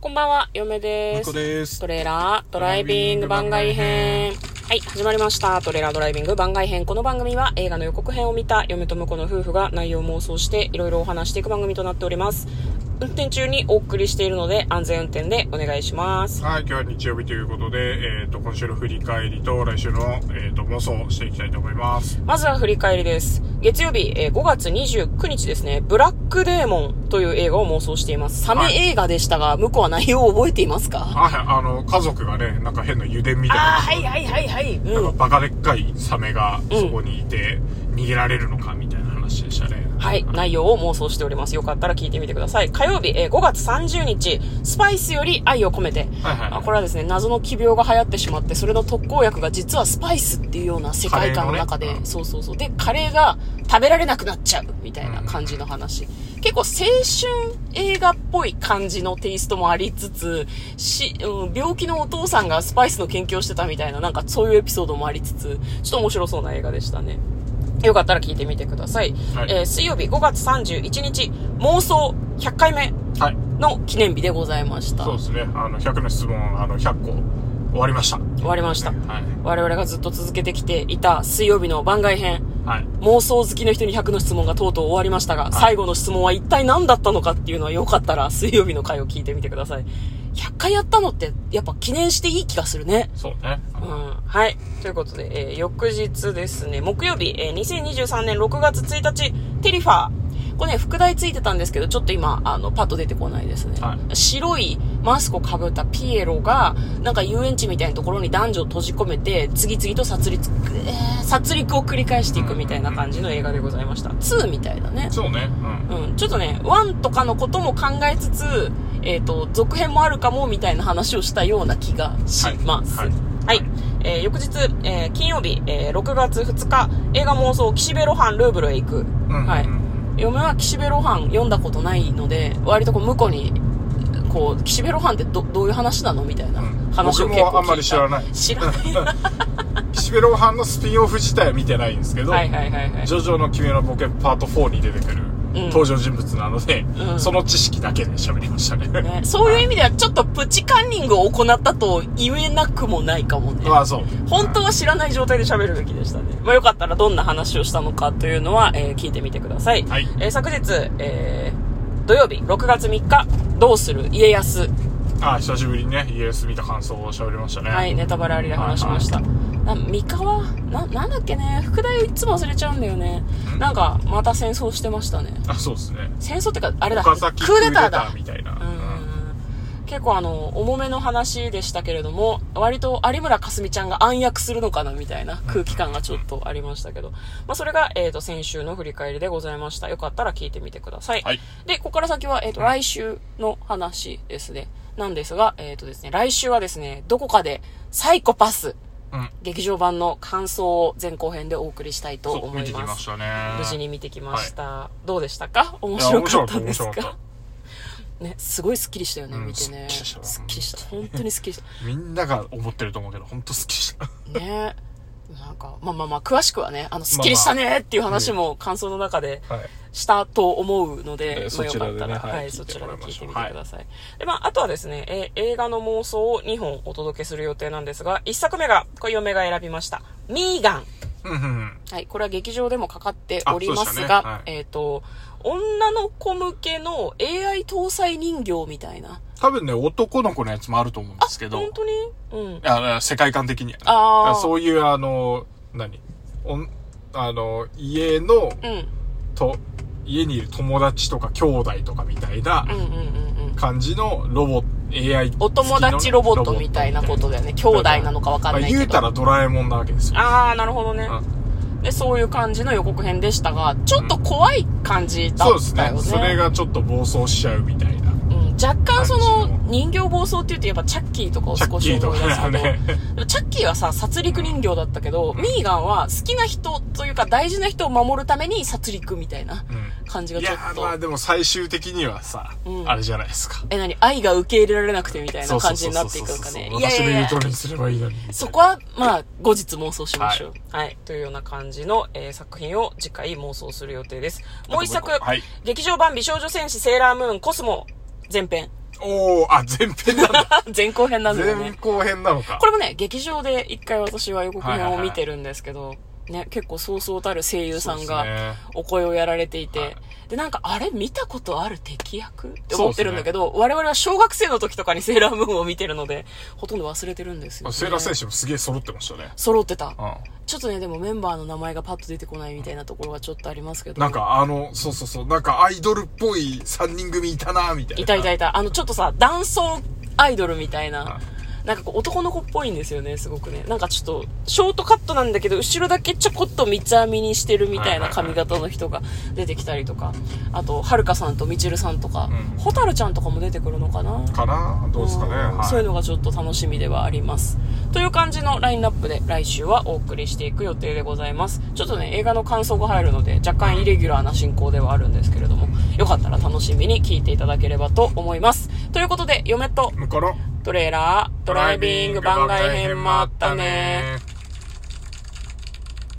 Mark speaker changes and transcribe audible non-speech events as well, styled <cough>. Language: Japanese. Speaker 1: こんばんは、嫁で
Speaker 2: 息
Speaker 1: す
Speaker 2: 子。です
Speaker 1: ト。レーラードライビング番外編。はい、始まりました。トレーラードライビング番外編。この番組は映画の予告編を見た嫁と婿の夫婦が内容を妄想していろいろお話していく番組となっております。運転中にお送りしているので安全運転でお願いします。
Speaker 2: はい、今日は日曜日ということで、えっ、と、今週の振り返りと来週の、えっ、と、妄想をしていきたいと思います。
Speaker 1: まずは振り返りです。月曜日、えー5月29日ですね、ブラックデーモンという映画を妄想しています。サメ映画でしたが、向こうは内容を覚えていますか
Speaker 2: あ、あの、家族がね、なんか変な油田みたい
Speaker 1: ああ、
Speaker 2: な。
Speaker 1: はいはいはいはい。う
Speaker 2: なんか
Speaker 1: ん。
Speaker 2: バカでっかいサメがそこにいて、逃げられるのかみたいな話でしたね。
Speaker 1: はい、内容を妄想しております。よかったら聞いてみてください。火曜日、えー5月30日、スパイスより愛を込めて。
Speaker 2: はいはい
Speaker 1: あこれはですね、謎の奇病が流行ってしまって、それの特効薬が実はスパイスっていうような世界観の中で、
Speaker 2: カレーのね
Speaker 1: そうそうそう。で、カレーが食べられなくなっちゃう、みたいな感じの話。結構青春映画っぽい感じのテイストもありつつ、し、うん、病気のお父さんがスパイスの研究をしてたみたいな、なんかそういうエピソードもありつつ、ちょっと面白そうな映画でしたね。よかったら聞いてみてください。
Speaker 2: はい
Speaker 1: えー水曜日5月31日、妄想100回目
Speaker 2: はい。
Speaker 1: の記念日でございました。
Speaker 2: そうですね。あの、100の質問、あの、100個終わりました。
Speaker 1: 終わりました。
Speaker 2: はい。
Speaker 1: 我々がずっと続けてきていた水曜日の番外編。
Speaker 2: はい。
Speaker 1: 妄想好きの人に100の質問がとうとう終わりましたが、最後の質問は一体何だったのかっていうのはよかったら水曜日の回を聞いてみてください。100回やったのってやっぱ記念していい気がするね。
Speaker 2: そうね。
Speaker 1: うんはい。ということで、えー翌日ですね、木曜日、えー2023年6月1日、テリファー。これね、副題ついてたんですけど、ちょっと今、あの、パッと出てこないですね。
Speaker 2: は
Speaker 1: 白いマスクをかぶったピエロが、なんか遊園地みたいなところに男女を閉じ込めて、次々と殺戮、えー殺戮を繰り返していくみたいな感じの映画でございました。2みたいだね。
Speaker 2: そうね。うん。
Speaker 1: うん、ちょっとね、ワンとかのことも考えつつ、えっ、と、続編もあるかもみたいな話をしたような気がします。は。
Speaker 2: はいい
Speaker 1: は
Speaker 2: はいい
Speaker 1: えー翌日、えー金曜日、えー6月2日、映画妄想、岸辺露伴、ルーブルへ行く。
Speaker 2: うん
Speaker 1: はい
Speaker 2: うん。
Speaker 1: 嫁は岸辺露伴読んだことないので、割とこう、向こうに、こう、岸辺露伴ってどどういう話なのみたいな話を結構聞いた、
Speaker 2: 僕もあんまり知らない
Speaker 1: 知らない。
Speaker 2: <laughs> 岸辺露伴のスピンオフ自体は見てないんですけど、
Speaker 1: はいはいはいはい。
Speaker 2: ジョジョの君のボケパート4に出てくる登場人物なので、
Speaker 1: うん
Speaker 2: その知識だけで喋りましたね。
Speaker 1: ね、そういう意味ではちょっとプチカンニングを行ったと言えなくもないかもね。
Speaker 2: <laughs> まあそう。
Speaker 1: 本当は知らない状態で喋るべきでしたね。まあ、よかったらどんな話をしたのかというのは、えー聞いてみてください。
Speaker 2: はい
Speaker 1: えー昨日、えー土曜日6月3日、どうする家康。
Speaker 2: ああ、久しぶりにね、家康見た感想を喋りましたね。
Speaker 1: はい、ネタバレありで話しました。な三河な、なんだっけね、副題をいつも忘れちゃうんだよね。なんか、また戦争してましたね。
Speaker 2: あ、そうですね。
Speaker 1: 戦争ってか、あれだ、ク
Speaker 2: 岡崎ク
Speaker 1: ー
Speaker 2: ーデ
Speaker 1: デ
Speaker 2: タ
Speaker 1: タ
Speaker 2: ー
Speaker 1: ーだ
Speaker 2: だ。みたいな。
Speaker 1: うん結構あの、重めの話でしたけれども、割と有村架純ちゃんが暗躍するのかなみたいな空気感がちょっとありましたけど、まあそれが、えっ、と、先週の振り返りでございました。よかったら聞いてみてください。
Speaker 2: はい
Speaker 1: で、ここから先は、えっ、と、来週の話ですね。なんですが、えっ、とですね、来週はですね、どこかでサイコパス、
Speaker 2: うん
Speaker 1: 劇場版の感想を前後編でお送りしたいと
Speaker 2: そう、
Speaker 1: 思
Speaker 2: 見て
Speaker 1: い
Speaker 2: きま
Speaker 1: ま
Speaker 2: し
Speaker 1: す。
Speaker 2: たね。
Speaker 1: 無事に見てきました。どうでしたか面
Speaker 2: いや
Speaker 1: 白かったで
Speaker 2: 面
Speaker 1: す
Speaker 2: 白かった
Speaker 1: か。ね、すごいスッキリしたよね、
Speaker 2: うん
Speaker 1: 見てね。
Speaker 2: スッキリしたわ
Speaker 1: スッキリした。本当にスッキリし
Speaker 2: みんなが思ってると思うけど、ほんと好きでした。
Speaker 1: た。ね。 <laughs> なんか、まあまあまあ、詳しくはね、あの、スッキリしたねっていう話も感想の中で
Speaker 2: はい。
Speaker 1: したと思うので、まあよ
Speaker 2: えー
Speaker 1: かっ
Speaker 2: そちら
Speaker 1: た
Speaker 2: でね
Speaker 1: ら、
Speaker 2: はい
Speaker 1: はい、
Speaker 2: 聞
Speaker 1: そ
Speaker 2: いて
Speaker 1: ちら
Speaker 2: も
Speaker 1: で
Speaker 2: らいま
Speaker 1: 聞い
Speaker 2: しょ
Speaker 1: て
Speaker 2: う
Speaker 1: みてください。で、まあ、あとはですね、えー映画の妄想を2本お届けする予定なんですが、1作目が、これ嫁が選びました。ミーガン。
Speaker 2: うんうん。
Speaker 1: はい、これは劇場でもかかっております
Speaker 2: あそうでした
Speaker 1: が、
Speaker 2: ねはい
Speaker 1: えっ、と、女の子向けの AI 搭載人形みたいな。
Speaker 2: 多分ね、男の子のやつもあると思うんですけど、
Speaker 1: 本当にうん。
Speaker 2: あ世界観的にはね、
Speaker 1: あー
Speaker 2: そういう、あの、何おんあの、家の、
Speaker 1: うん。
Speaker 2: と、家にいる友達とか兄弟とかみたいな
Speaker 1: うんうんうんうん。
Speaker 2: 感じのロボ、AI 付きの
Speaker 1: お友達ロボットみたいなことだよね。兄弟なのかわかんないけど。
Speaker 2: まあ言うたらドラえもんなわけですよ。
Speaker 1: ああ、なるほどね。
Speaker 2: うん
Speaker 1: で、そういう感じの予告編でしたが、ちょっと怖い感じだ
Speaker 2: そうです
Speaker 1: ったよ
Speaker 2: ね
Speaker 1: ね。
Speaker 2: それがちょっと暴走しちゃうみたいな。
Speaker 1: うん、若干その
Speaker 2: 感じの
Speaker 1: 人形暴走って言うとやっぱチャッキーとかを
Speaker 2: チャッ
Speaker 1: 少
Speaker 2: キ
Speaker 1: し
Speaker 2: ーと
Speaker 1: 思い
Speaker 2: か
Speaker 1: 出
Speaker 2: ね
Speaker 1: すけど、
Speaker 2: ね
Speaker 1: でもチャッキーはさ、殺戮人形だったけど、ミーガンは好きな人というか大事な人を守るために殺戮みたいな
Speaker 2: うん
Speaker 1: 感じが
Speaker 2: い
Speaker 1: ちょ
Speaker 2: や
Speaker 1: っ
Speaker 2: ー
Speaker 1: と。
Speaker 2: まあでも最終的にはさ、
Speaker 1: うん
Speaker 2: あれじゃないですか。
Speaker 1: え、何愛が受け入れられなくてみたいな感じになっていくの
Speaker 2: そ
Speaker 1: か
Speaker 2: うそうそ
Speaker 1: ね。
Speaker 2: うそう
Speaker 1: いやい
Speaker 2: 私の
Speaker 1: やい
Speaker 2: 言う
Speaker 1: や
Speaker 2: 通りにすればいいのに。
Speaker 1: そこは、まあ、後日妄想しましょう。はい。というような感じの、えー作品を次回妄想する予定です。もう一作、
Speaker 2: はい
Speaker 1: 劇場版美少女戦士セーラームーンコスモ。前
Speaker 2: <laughs>
Speaker 1: 編。
Speaker 2: おー、あ、前編なんだ。
Speaker 1: 前後編なんだよ
Speaker 2: 前
Speaker 1: ね。
Speaker 2: 後編なのか。
Speaker 1: これもね、劇場で一回私は予告編を見てるんですけど、ね、結構そうそうたる声優さん
Speaker 2: そうです
Speaker 1: が
Speaker 2: ね
Speaker 1: お声をやられていて、
Speaker 2: はい
Speaker 1: で、なんか、あれ見たことある敵役って
Speaker 2: そう
Speaker 1: 思
Speaker 2: で
Speaker 1: って
Speaker 2: すね
Speaker 1: るんだけど、我々は小学生の時とかにセーラームーンを見てるので、ほとんど忘れてるんですよ、ね。
Speaker 2: セーラー選手もすげえ揃ってましたね。
Speaker 1: 揃ってた。
Speaker 2: う
Speaker 1: ちょっとね、でもメンバーの名前がパッと出てこないみたいなところはちょっとありますけど。
Speaker 2: ん。なんか、あの、そうそうそう、なんかアイドルっぽい3人組いたな、みたいな。
Speaker 1: いたいたいた。あの、ちょっとさ、男装アイドルみたいな
Speaker 2: は。
Speaker 1: なんかこう男の子っぽいんですよね、すごくね。なんかちょっと、ショートカットなんだけど、後ろだけちょこっと三つ編みにしてるみたいな
Speaker 2: はいはいは
Speaker 1: 髪
Speaker 2: い
Speaker 1: 型の人が出てきたりとか、あと、はるかさんとみちるさんとか、
Speaker 2: うん
Speaker 1: ほたるちゃんとかも出てくるのかな。
Speaker 2: かなどうですかね。
Speaker 1: うんそういうの
Speaker 2: は
Speaker 1: がちょっと楽しみではあります。という感じのラインナップで来週はお送りしていく予定でございます。ちょっとね、映画の感想が入るので若干イレギュラーな進行ではあるんですけれども、よかったら楽しみに聞いていただければと思います。ということで、嫁と
Speaker 2: い。向こうの、
Speaker 1: トレーラー、ドライビング番外編もあったね。